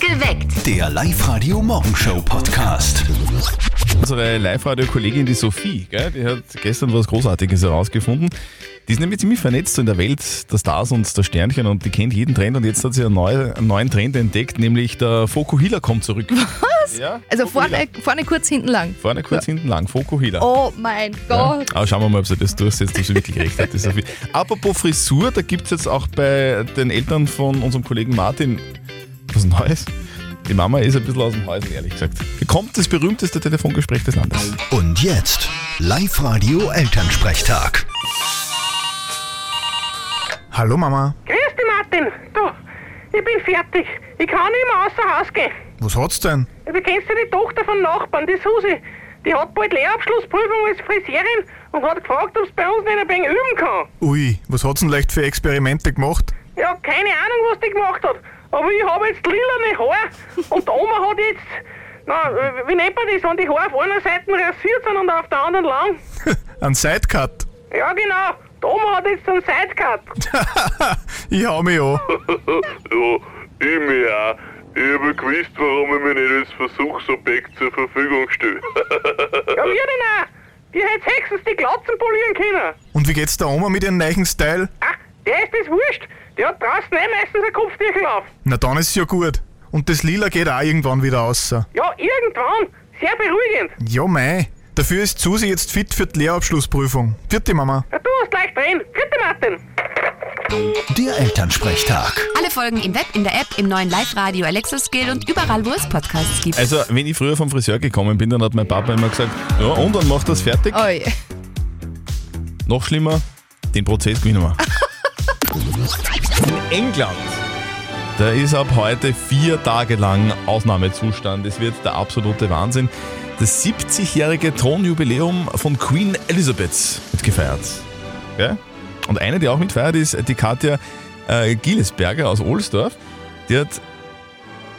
Geweckt. Der Live-Radio-Morgenshow-Podcast. Unsere Live-Radio-Kollegin, die Sophie, gell, die hat gestern was Großartiges herausgefunden. Die ist nämlich ziemlich vernetzt so in der Welt der Stars und der Sternchen und die kennt jeden Trend und jetzt hat sie einen neuen, einen neuen Trend entdeckt, nämlich der Fokuhila kommt zurück. Was? Ja, Also Fokuhila. vorne, vorne kurz, hinten lang. Vorne kurz, hinten lang, Fokuhila. Oh mein Ja. Gott. Aber schauen wir mal, ob sie das durchsetzt, ob sie wirklich recht hat. die Sophie. Apropos Frisur, da gibt es jetzt auch bei den Eltern von unserem Kollegen Martin was Neues. Die Mama ist ein bisschen aus dem Häuschen, ehrlich gesagt. Hier kommt das berühmteste Telefongespräch des Landes. Und jetzt Live-Radio Elternsprechtag. Hallo Mama, Grüß dich, Martin. Du, ich bin fertig. Ich kann nicht mehr außer Haus gehen. was hat's denn? Du kennst ja die Tochter vom Nachbarn, die Susi. Die hat bald Lehrabschlussprüfung als Friseurin und hat gefragt, ob sie bei uns nicht ein wenig üben kann. Ui, was hat's denn leicht für Experimente gemacht? Ja, keine Ahnung, was die gemacht hat. Aber ich habe jetzt lilane Haare und die Oma hat jetzt... Na, äh, wie nennt man das, wenn die Haare auf einer Seite rasiert sind und auf der anderen lang? Ein Sidecut? Ja, genau. Die Oma hat jetzt einen Sidecut. Ich hau mich an. Ja, ich mir auch. Ich habe gewusst, warum ich mich nicht als Versuchsobjekt zur Verfügung stelle. Ja, wir denn auch. Die hätte höchstens die Glatzen polieren können. Und wie geht's der Oma mit ihrem neuen Style? Ach, der ist das wurscht. Der hat draußen eh meistens ein Kopftüchel auf. Na dann ist's ja gut. Und das Lila geht auch irgendwann wieder aus. Ja, irgendwann. Sehr beruhigend. Ja mei. Dafür ist Susi jetzt fit für die Lehrabschlussprüfung. Vierte Mama. Ja, du hast gleich drin. Bitte, Martin. Der Elternsprechtag. Alle Folgen im Web, in der App, im neuen Live-Radio Alexa Skill und überall, wo es Podcasts gibt. Also, wenn ich früher vom Friseur gekommen bin, dann hat mein Papa immer gesagt, ja, und dann macht das fertig. Oi. Noch schlimmer, den Prozess gewinnen wir. In England. Da ist ab heute vier Tage lang Ausnahmezustand. Es wird der absolute Wahnsinn. Das 70-jährige Thronjubiläum von Queen Elizabeth wird gefeiert. Gell? Und eine, die auch mitfeiert, ist die Katja äh, Gillesberger aus Ohlsdorf. Die hat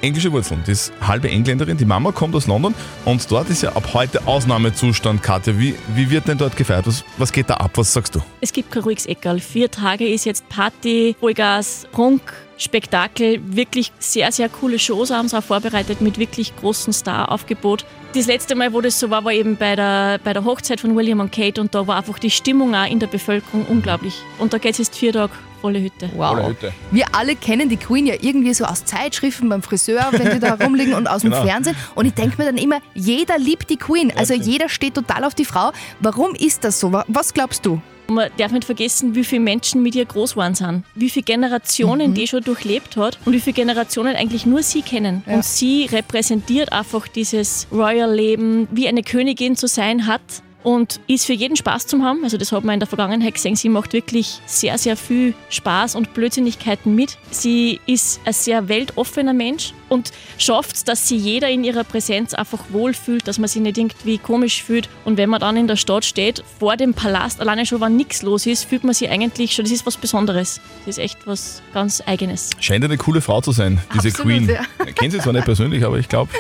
englische Wurzeln. Die ist halbe Engländerin. Die Mama kommt aus London und dort ist ja ab heute Ausnahmezustand, Katja. Wie, wie wird denn dort gefeiert? Was, was geht da ab? Was sagst du? Es gibt kein ruhiges Eckerl. Vier Tage ist jetzt Party, Vollgas, Prunk, Spektakel. Wirklich sehr, sehr coole Shows haben sie auch vorbereitet mit wirklich großem Star-Aufgebot. Das letzte Mal, wo das so war, war eben bei der, bei der Hochzeit von William und Kate und da war einfach die Stimmung auch in der Bevölkerung unglaublich. Und da geht es jetzt vier Tage volle Hütte. halt Wow. Wir alle kennen die Queen ja irgendwie so aus Zeitschriften beim Friseur, wenn die da rumliegen und aus dem Genau. Fernsehen. Und ich denke mir dann immer, jeder liebt die Queen. Also jeder steht total auf die Frau. Warum ist das so? Wa- Was glaubst du? Und man darf nicht vergessen, wie viele Menschen mit ihr groß geworden sind, wie viele Generationen die schon durchlebt hat und wie viele Generationen eigentlich nur sie kennen. Und sie repräsentiert einfach dieses Royal-Leben, wie eine Königin zu sein hat und ist für jeden Spaß zum haben. Also das hat man in der Vergangenheit gesehen. Sie macht wirklich sehr, sehr viel Spaß und Blödsinnigkeiten mit. Sie ist ein sehr weltoffener Mensch und schafft es, dass sie jeder in ihrer Präsenz einfach wohlfühlt, dass man sich nicht irgendwie komisch fühlt. Und wenn man dann in der Stadt steht, vor dem Palast, alleine schon, wenn nichts los ist, fühlt man sich eigentlich schon, das ist was Besonderes. Das ist echt was ganz Eigenes. Scheint eine coole Frau zu sein, diese Absolut, Queen. ja. Ich kenne sie zwar nicht persönlich, aber ich glaube,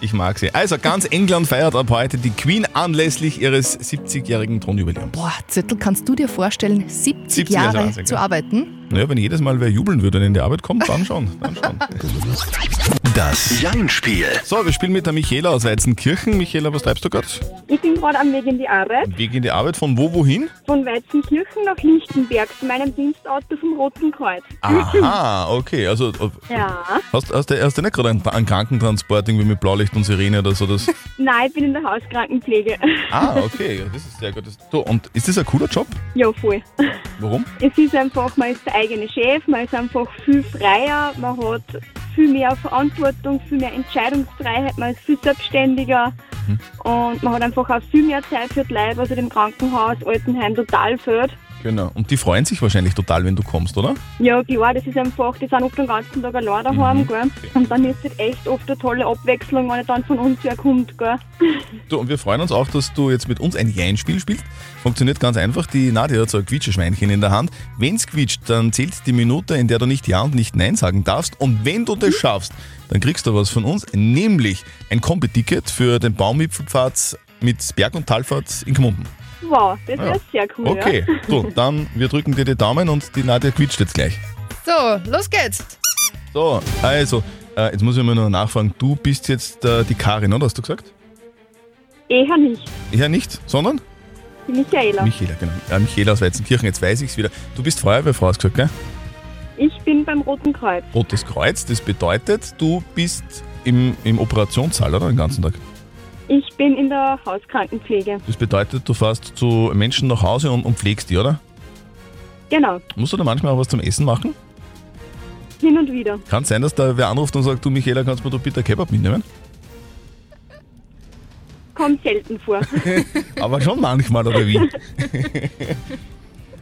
ich mag sie. Also, ganz England feiert ab heute die Queen anlässlich ihres 70-jährigen Thronjubiläums. Boah, Zettel, kannst du dir vorstellen, 70, 70 Jahre ist Wahnsinn, zu ja. arbeiten? Naja, wenn jedes Mal wer jubeln würde und in die Arbeit kommt, dann schon. Dann schon. Das Jein-Spiel. So, wir spielen mit der Michaela aus Weizenkirchen. Michaela, was treibst du gerade? Ich bin gerade am Weg in die Arbeit Weg in die Arbeit von wo, wohin? von Weizenkirchen nach Lichtenberg zu meinem Dienstauto vom Roten Kreuz. Aha, okay. Also, Ja. Hast, hast, du, hast du nicht gerade einen, einen Krankentransport irgendwie mit Blaulicht und Sirene oder so? Das? Nein, ich bin in der Hauskrankenpflege. Ah, okay, ja, das ist sehr gut. Das, so, und ist das ein cooler Job? ja, voll. Warum? Es ist einfach, man ist der eigene Chef, man ist einfach viel freier, man hat viel mehr Verantwortung, viel mehr Entscheidungsfreiheit, man ist viel selbstständiger und man hat einfach auch viel mehr Zeit für die Leute, was in dem Krankenhaus, Altenheim total fehlt. Genau. Und die freuen sich wahrscheinlich total, wenn du kommst, oder? Ja, klar, das ist einfach, die sind oft den ganzen Tag allein daheim, Mhm. gell. Und dann ist das echt oft eine tolle Abwechslung, wenn er dann von uns herkommt, gell. Du, und wir freuen uns auch, dass du jetzt mit uns ein Jein-Spiel spielst. Funktioniert ganz einfach. Die Nadja hat so ein Quietscheschweinchen in der Hand. Wenn's quietscht, dann zählt die Minute, in der du nicht Ja und nicht Nein sagen darfst. Und wenn du das schaffst, dann kriegst du was von uns, nämlich ein Kombi-Ticket für den Baumwipfelpfad mit Berg- und Talfahrt in Gmunden. Wow, das Ja. wäre sehr cool. Okay, Ja. so, dann wir drücken dir die Daumen und die Nadja quietscht jetzt gleich. So, los geht's. So, also, äh, jetzt muss ich mal noch nachfragen. Du bist jetzt äh, die Karin, oder? Hast du gesagt? Eher nicht. Ja, nicht, sondern? Die Michaela. Michaela, genau. Äh, Michaela aus Weizenkirchen, jetzt weiß ich's wieder. Du bist Feuerwehrfrau, hast du gesagt, gell? Ich bin beim Roten Kreuz. Rotes Kreuz, das bedeutet, du bist im, im Operationssaal, oder? Den ganzen Tag. Ich bin in der Hauskrankenpflege. Das bedeutet, du fährst zu Menschen nach Hause und, und pflegst die, oder? Genau. Musst du da manchmal auch was zum Essen machen? Hin und wieder. Kann sein, dass da wer anruft und sagt, du Michaela, kannst du mir doch bitte ein Kebab mitnehmen? Kommt selten vor. Aber schon manchmal, oder wie?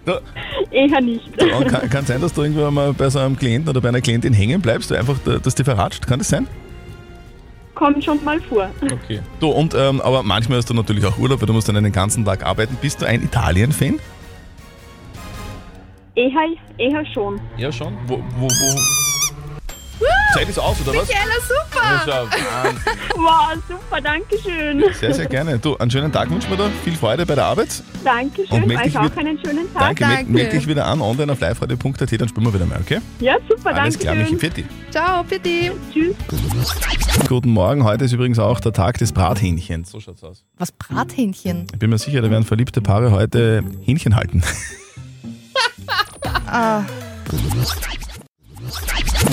du, Eher nicht. und kann, kann sein, dass du irgendwann mal bei so einem Klienten oder bei einer Klientin hängen bleibst, weil einfach, da- dass die verratscht. Kann das sein? Kommt schon mal vor. Okay. Du, und, ähm, aber manchmal hast du natürlich auch Urlaub, weil du musst dann einen ganzen Tag arbeiten. Bist du ein Italien-Fan? Eher, eher schon. Ja, schon. Wo, wo, wo? Zeit ist aus, oder was? Michaela, super! Das ist ja Wahnsinn. Ah, Wow, super, danke schön. Sehr, sehr gerne. Du, einen schönen Tag wünschen wir dir. Viel Freude bei der Arbeit. Und Dankeschön, melde dich euch auch mit- einen schönen Tag. Danke. Meld- danke. Meld dich wieder an, online auf liveradio.at, dann spielen wir wieder mal, okay? Ja, super, Alles klar, Michi, danke schön. Fitti. Ciao, bitte! Tschüss. Guten Morgen, heute ist übrigens auch der Tag des Brathähnchens. So schaut's aus. Was, Brathähnchen? Ich bin mir sicher, da werden verliebte Paare heute Hähnchen halten. Ah,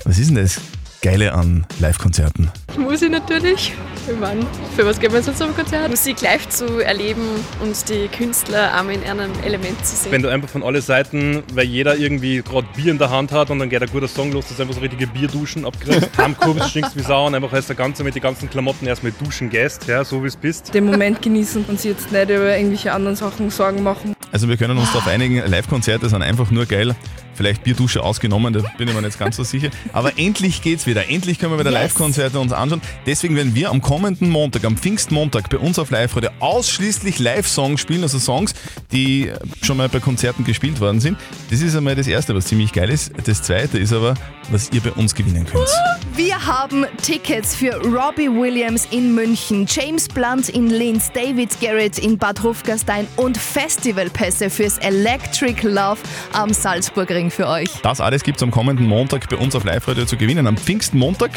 Was ist denn das Geile an Live-Konzerten? Musik natürlich. Ich meine, für was geht man sonst auf ein Konzert? Musik live zu erleben und die Künstler auch in einem Element zu sehen. Wenn du einfach von alle Seiten, weil jeder irgendwie gerade Bier in der Hand hat und dann geht ein guter Song los, das ist einfach so richtige Bierduschen abgerissen. Heimkommst, stinkst wie Sau und einfach als der Ganze mit den ganzen Klamotten erstmal duschen gehst, ja, so wie es bist. Den Moment genießen und sich jetzt nicht über irgendwelche anderen Sachen Sorgen machen. Also wir können uns darauf einigen, Live-Konzerte sind einfach nur geil. Vielleicht Bierdusche ausgenommen, da bin ich mir nicht ganz so sicher. Aber endlich geht's wieder. Endlich können wir wieder Yes. Live-Konzerte uns anschauen. Deswegen werden wir am kommenden Montag, am Pfingstmontag bei uns auf live heute ausschließlich Live-Songs spielen, also Songs, die schon mal bei Konzerten gespielt worden sind. Das ist einmal das Erste, was ziemlich geil ist. Das Zweite ist aber, was ihr bei uns gewinnen könnt. Wir haben Tickets für Robbie Williams in München, James Blunt in Linz, David Garrett in Bad Hofgastein und Festivalpässe fürs Electric Love am Salzburgring für euch. Das alles gibt's am kommenden Montag bei uns auf Live-Radio zu gewinnen, am Pfingstmontag.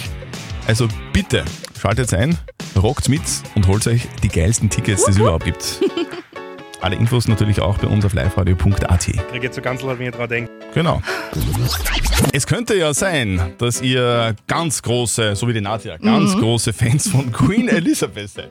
Also bitte, schaltet ein, rockt mit und holt euch die geilsten Tickets, die es überhaupt gibt. Alle Infos natürlich auch bei uns auf liveradio.at. Krieg jetzt so ganz laut, wenn ich dran denke. Genau. Es könnte ja sein, dass ihr ganz große, so wie die Nadja, ganz große Fans von Queen Elizabeth seid.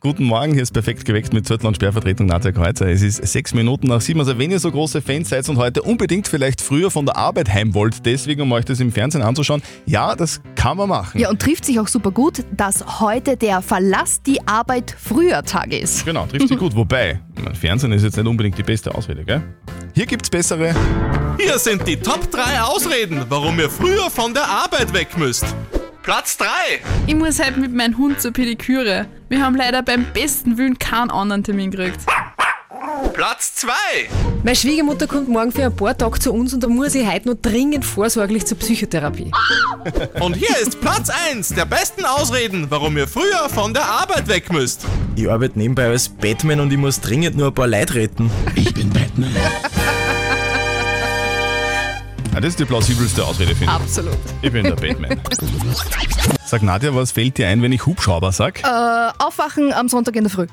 Guten Morgen, hier ist perfekt geweckt mit Zürtel und Sperrvertretung Nadja Kreuzer. Es ist sechs Minuten nach sieben. Also, wenn ihr so große Fans seid und heute unbedingt vielleicht früher von der Arbeit heim wollt, deswegen, um euch das im Fernsehen anzuschauen, ja, das kann man machen. Ja, und trifft sich auch super gut, dass heute der Verlass die Arbeit früher Tag ist. Genau, trifft sich gut. Wobei, ich mein, Fernsehen ist jetzt nicht unbedingt die beste Ausrede, gell? Hier gibt's bessere. Hier sind die Top 3 Ausreden, warum ihr früher von der Arbeit weg müsst. Platz 3. Ich muss halt mit meinem Hund zur Pediküre. Wir haben leider beim besten Willen keinen anderen Termin gekriegt. Platz 2. Meine Schwiegermutter kommt morgen für ein paar Tage zu uns und da muss ich heute noch dringend vorsorglich zur Psychotherapie. Und hier ist Platz 1 der besten Ausreden, warum ihr früher von der Arbeit weg müsst. Ich arbeite nebenbei als Batman und ich muss dringend nur ein paar Leute retten. Ich bin Batman. Ah, das ist die plausibelste Ausrede, finde ich. Absolut. Ich bin der Batman. Sag Nadja, was fällt dir ein, wenn ich Hubschrauber sag? Äh, aufwachen am Sonntag in der Früh.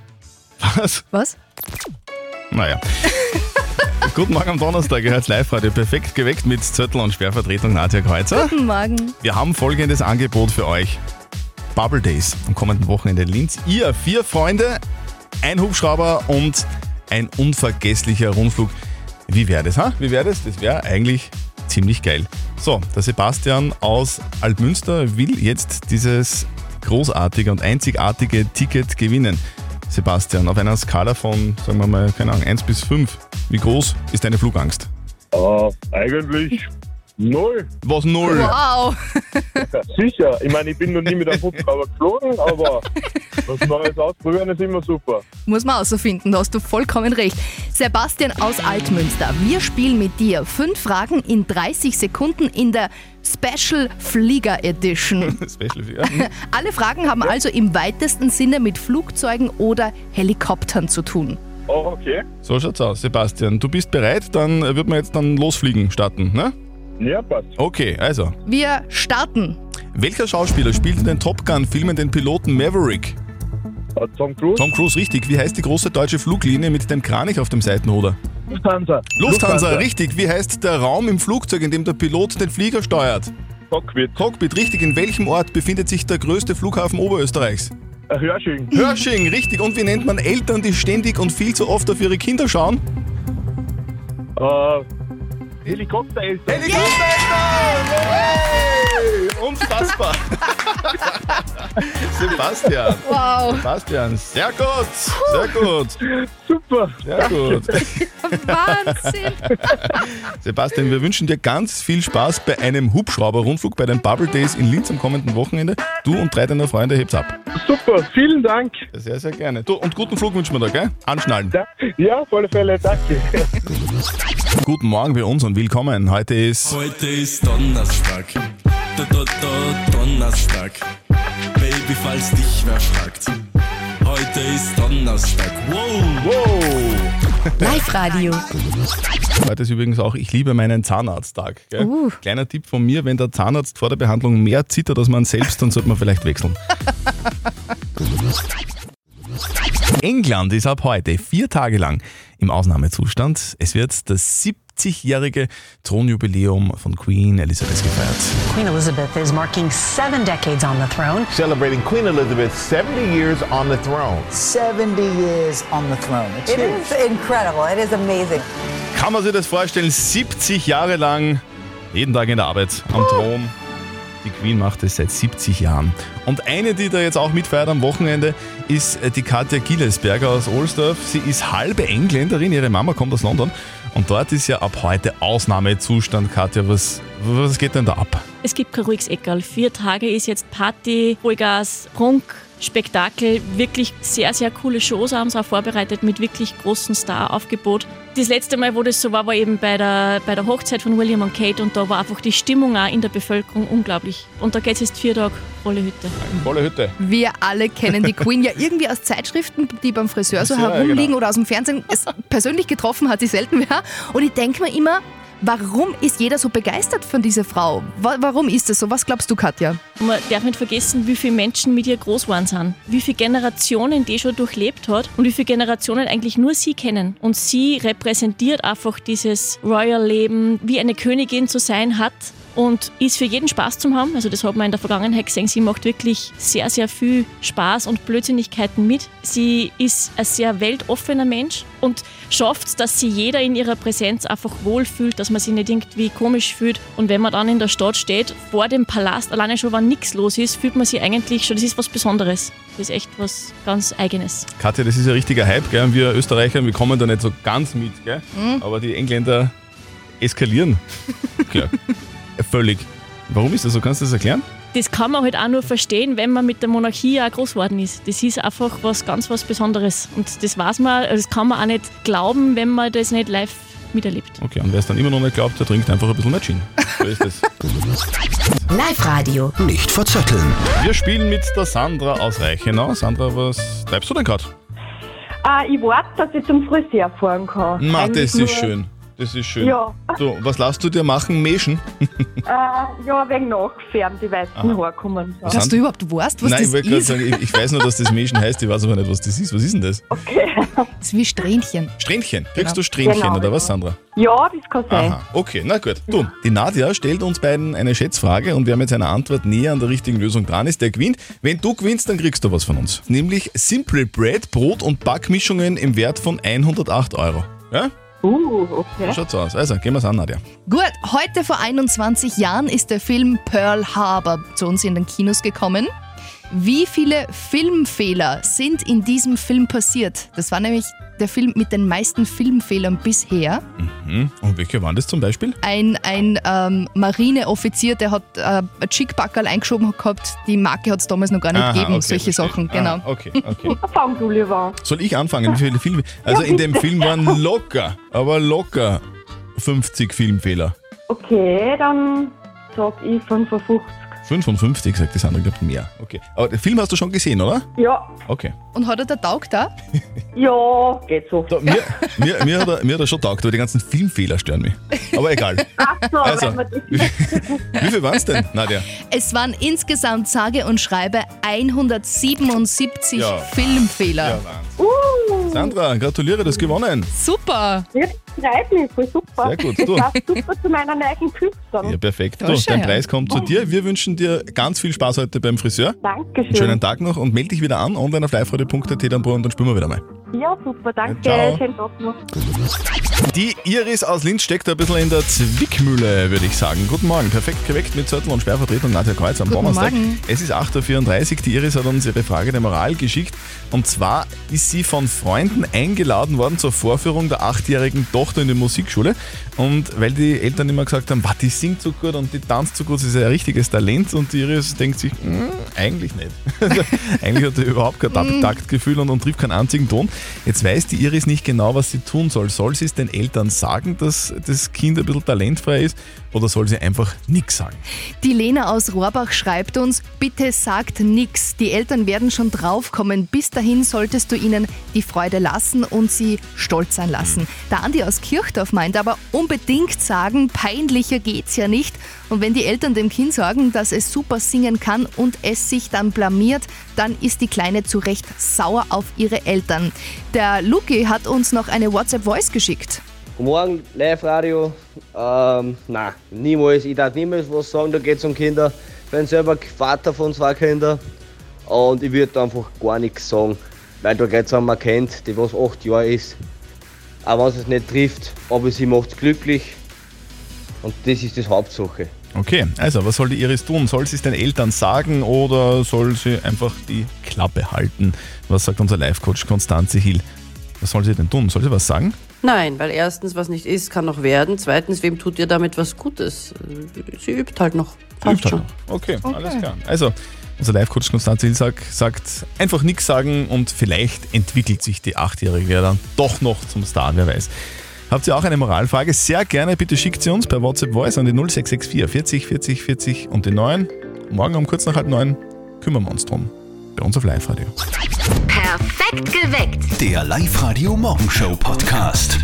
Was? Was? Naja. Guten Morgen am Donnerstag, ihr hört Live-Radio perfekt geweckt mit Zettel und Sperrvertretung Nadja Kreuzer. Guten Morgen. Wir haben folgendes Angebot für euch. Bubble Days am kommenden Wochenende in Linz. Ihr vier Freunde, ein Hubschrauber und ein unvergesslicher Rundflug. Wie wäre das, ha? Wie wäre das? Das wäre eigentlich ziemlich geil. So, der Sebastian aus Altmünster will jetzt dieses großartige und einzigartige Ticket gewinnen. Sebastian, auf einer Skala von, sagen wir mal, keine Ahnung, 1 bis 5, wie groß ist deine Flugangst? eigentlich null. Was null? Wow. Sicher. Ich meine, ich bin noch nie mit einem Hubschrauber geflogen, aber was Neues ausprobieren ist immer super. Muss man außerfinden, da hast du vollkommen recht. Sebastian aus Altmünster, wir spielen mit dir fünf Fragen in 30 Sekunden in der Special Flieger Edition. Special Feature. Hm. Alle Fragen haben also im weitesten Sinne mit Flugzeugen oder Helikoptern zu tun. Oh, okay. So schaut's aus, Sebastian. Du bist bereit, dann wird man jetzt dann losfliegen starten, ne? Ja, passt. Okay, also. Wir starten. Welcher Schauspieler spielt in den Top Gun-Filmen den Piloten Maverick? Tom Cruise. Tom Cruise, richtig. Wie heißt die große deutsche Fluglinie mit dem Kranich auf dem Seitenhoder? Lufthansa. Lufthansa, richtig. Wie heißt der Raum im Flugzeug, in dem der Pilot den Flieger steuert? Cockpit. Cockpit, richtig. In welchem Ort befindet sich der größte Flughafen Oberösterreichs? Äh, Hörsching. Hörsching, richtig. Und wie nennt man Eltern, die ständig und viel zu oft auf ihre Kinder schauen? Äh, Helikoptereltern. Helikoptereltern! Unfassbar. Sebastian. Wow. Sebastian, sehr gut. Sehr gut. Super. Sehr gut. Wahnsinn. Sebastian, wir wünschen dir ganz viel Spaß bei einem Hubschrauber-Rundflug bei den Bubble Days in Linz am kommenden Wochenende. Du und drei deiner Freunde hebt's ab. Super, vielen Dank. Sehr, sehr gerne. Du, und guten Flug wünschen wir dir, gell? Anschnallen. Ja, auf alle Fälle, danke. Guten Morgen bei uns und willkommen. Heute ist Heute ist Donnerstag. Da, da, da, Donnerstag. Baby, falls dich wer fragt. Heute ist Donnerstag. Wow, wow. Live-Radio. Heute ist übrigens auch Ich liebe meinen Zahnarzttag. Gell? Uh. Kleiner Tipp von mir, wenn der Zahnarzt vor der Behandlung mehr zittert als man selbst, dann sollte man vielleicht wechseln. England ist ab heute vier Tage lang im Ausnahmezustand. Es wird das 70-jährige Thronjubiläum von Queen Elizabeth gefeiert. Queen Elizabeth is marking seven decades on the throne. Celebrating Queen Elizabeth 70 years on the throne. 70 years on the throne. It's it is incredible. It is amazing. Kann man sich das vorstellen? 70 Jahre lang, jeden Tag in der Arbeit, am Thron. Die Queen macht es seit 70 Jahren. Und eine, die da jetzt auch mitfeiert am Wochenende, ist äh, die Katja Gillesberger aus Ohlsdorf. Sie ist halbe Engländerin, ihre Mama kommt aus London. Und dort ist ja ab heute Ausnahmezustand, Katja. Was, was geht denn da ab? Es gibt kein ruhiges Eckerl. Vier Tage ist jetzt Party, Vollgas, Prunk, Spektakel. Wirklich sehr, sehr coole Shows haben sie auch vorbereitet mit wirklich großem Star-Aufgebot. Das letzte Mal, wo das so war, war eben bei der, bei der Hochzeit von William und Kate und da war einfach die Stimmung auch in der Bevölkerung unglaublich. Und da geht es jetzt vier Tage volle Hütte. Volle Hütte. Wir alle kennen die Queen ja irgendwie aus Zeitschriften, die beim Friseur so Ja, herumliegen genau. oder aus dem Fernsehen. Es persönlich getroffen hat sie selten wer. Und ich denke mir immer, warum ist jeder so begeistert von dieser Frau? Wa- Warum ist das so? Was glaubst du, Katja? Und Man darf nicht vergessen, wie viele Menschen mit ihr groß geworden sind, wie viele Generationen die schon durchlebt hat und wie viele Generationen eigentlich nur sie kennen. Und sie repräsentiert einfach dieses Royal-Leben, wie eine Königin zu sein hat und ist für jeden Spaß zum haben. Also das hat man in der Vergangenheit gesehen. Sie macht wirklich sehr, sehr viel Spaß und Blödsinnigkeiten mit. Sie ist ein sehr weltoffener Mensch und schafft es, dass sie jeder in ihrer Präsenz einfach wohlfühlt, dass man sich nicht irgendwie komisch fühlt. Und wenn man dann in der Stadt steht, vor dem Palast, alleine schon, wenn nichts los ist, fühlt man sich eigentlich schon, das ist was Besonderes. Das ist echt was ganz Eigenes. Katja, das ist ja richtiger Hype, gell? Und wir Österreicher, wir kommen da nicht so ganz mit, gell? Mhm. Aber die Engländer eskalieren. Klar. Völlig. Warum ist das so? Kannst du das erklären? Das kann man halt auch nur verstehen, wenn man mit der Monarchie auch groß geworden ist. Das ist einfach was ganz was Besonderes. Und das weiß man, also das kann man auch nicht glauben, wenn man das nicht live miterlebt. Okay, und wer es dann immer noch nicht glaubt, der trinkt einfach ein bisschen mehr Gin. So ist es. Live-Radio. Nicht verzetteln. Wir spielen mit der Sandra aus Reichenau. Sandra, was treibst du denn gerade? Ah, ich warte, dass ich zum Friseur fahren kann. Ma, Eigentlich das ist nur- schön. Das ist schön. Ja. So, was lasst du dir machen? Mäschen? Äh, ja, wegen nachgefärbt, die weißen Haare kommen. so. Dass du überhaupt weißt, Nein, ich wollte gerade sagen, ich, ich weiß nur, dass das Mäschen heißt, ich weiß aber nicht, was das ist. Was ist denn das? Das ist wie Strähnchen. Strähnchen. Kriegst du Genau. Strähnchen Genau, oder was, Sandra? Ja, das kann sein. Aha, okay, na gut. Du, die Nadja stellt uns beiden eine Schätzfrage und wer mit seiner Antwort näher an der richtigen Lösung dran ist, der gewinnt. Wenn du gewinnst, dann kriegst du was von uns. Nämlich Simple Bread, Brot und Backmischungen im Wert von 108 Euro. Ja? Uh, okay. So schaut's aus. Also, gehen wir's an, Nadja. Gut, heute vor 21 Jahren ist der Film Pearl Harbor zu uns in den Kinos gekommen. Wie viele Filmfehler sind in diesem Film passiert? Das war nämlich der Film mit den meisten Filmfehlern bisher. Mhm. Und welche waren das zum Beispiel? Ein, ein ähm, Marineoffizier, der hat äh, ein Chickbackerl eingeschoben gehabt. Die Marke hat es damals noch gar nicht Aha, gegeben, okay, solche verstehe. Sachen. Ah, Genau. okay, okay. Fang du lieber. Soll ich anfangen? Wie viele Filme? Also, in dem Film waren locker, aber locker 50 Filmfehler. Okay, dann sag ich 55. 55, sagt die Sandra, glaubt mehr. Okay. Aber den Film hast du schon gesehen, oder? Ja. Okay. Und hat er da taugt da? Ja, geht so. mir, mir, mir, hat er, mir hat er schon taugt, aber die ganzen Filmfehler stören mich. Aber egal. Ach so, Also. wenn man das Wie viel waren es denn, Nadja? Es waren insgesamt sage und schreibe 177 Ja. Filmfehler. Ja, Sandra, gratuliere, du hast gewonnen. Super! Ja, freut mich, voll super. Sehr gut, Das du. passt super zu meiner neuen Küsten. Ja, perfekt. Da Du, ist er, dein ja. Preis kommt zu dir. Wir wünschen dir ganz viel Spaß heute beim Friseur. Dankeschön. Einen schönen Tag noch und melde dich wieder an online auf livefreude.at dann und dann spüren wir wieder mal. Ja, super, danke. Ciao. Schönen Tag noch. Die Iris aus Linz steckt ein bisschen in der Zwickmühle, würde ich sagen. Guten Morgen, perfekt geweckt mit Zörtel und Sperrvertretung Nadja Kreuz am Guten Donnerstag. Morgen. Es ist 8.34 Uhr, die Iris hat uns ihre Frage der Moral geschickt. Und zwar ist sie von Freunden eingeladen worden zur Vorführung der achtjährigen Tochter in der Musikschule. Und weil die Eltern immer gesagt haben, "Wa, die singt so gut und die tanzt so gut, sie ist ein richtiges Talent. Und die Iris denkt sich, "Mm, eigentlich nicht. Also, Eigentlich hat er überhaupt kein Takt- Taktgefühl und, und trifft keinen einzigen Ton. Jetzt weiß die Iris nicht genau, was sie tun soll. Soll sie es den Eltern sagen, dass das Kind ein bisschen talentfrei ist oder soll sie einfach nichts sagen? Die Lena aus Rohrbach schreibt uns, bitte sagt nix. Die Eltern werden schon draufkommen. Bis dahin solltest du ihnen die Freude lassen und sie stolz sein lassen. Der Andi aus Kirchdorf meint aber unbedingt sagen, peinlicher geht's ja nicht. Und wenn die Eltern dem Kind sagen, dass es super singen kann und es sich dann blamiert, dann ist die Kleine zu Recht sauer auf ihre Eltern. Der Luki hat uns noch eine WhatsApp-Voice geschickt. Guten Morgen, Live-Radio. Ähm, nein, niemals. Ich darf niemals was sagen, da geht es um Kinder. Ich bin selber Vater von zwei Kindern und ich würde einfach gar nichts sagen, weil da geht es um ein Kind, die was acht Jahre ist. Auch wenn es nicht trifft, aber sie macht glücklich und das ist das Hauptsache. Okay, also was soll die Iris tun? Soll sie es den Eltern sagen oder soll sie einfach die Klappe halten? Was sagt unser Live-Coach Konstanze Hill? Was soll sie denn tun? Soll sie was sagen? Nein, weil erstens, was nicht ist, kann noch werden. Zweitens, wem tut ihr damit was Gutes? Sie übt halt noch. Hilft halt noch. Okay, alles klar. Also, unser Live-Coach Konstanze Hilsack sagt, einfach nichts sagen und vielleicht entwickelt sich die Achtjährige ja dann doch noch zum Star, wer weiß. Habt ihr auch eine Moralfrage? Sehr gerne, bitte schickt sie uns per WhatsApp Voice an die 0664 40 40 40 und die 9. Morgen um kurz nach halb neun kümmern wir uns drum. Bei uns auf Live-Radio. Perfekt geweckt. Der Live-Radio Morgenshow Podcast.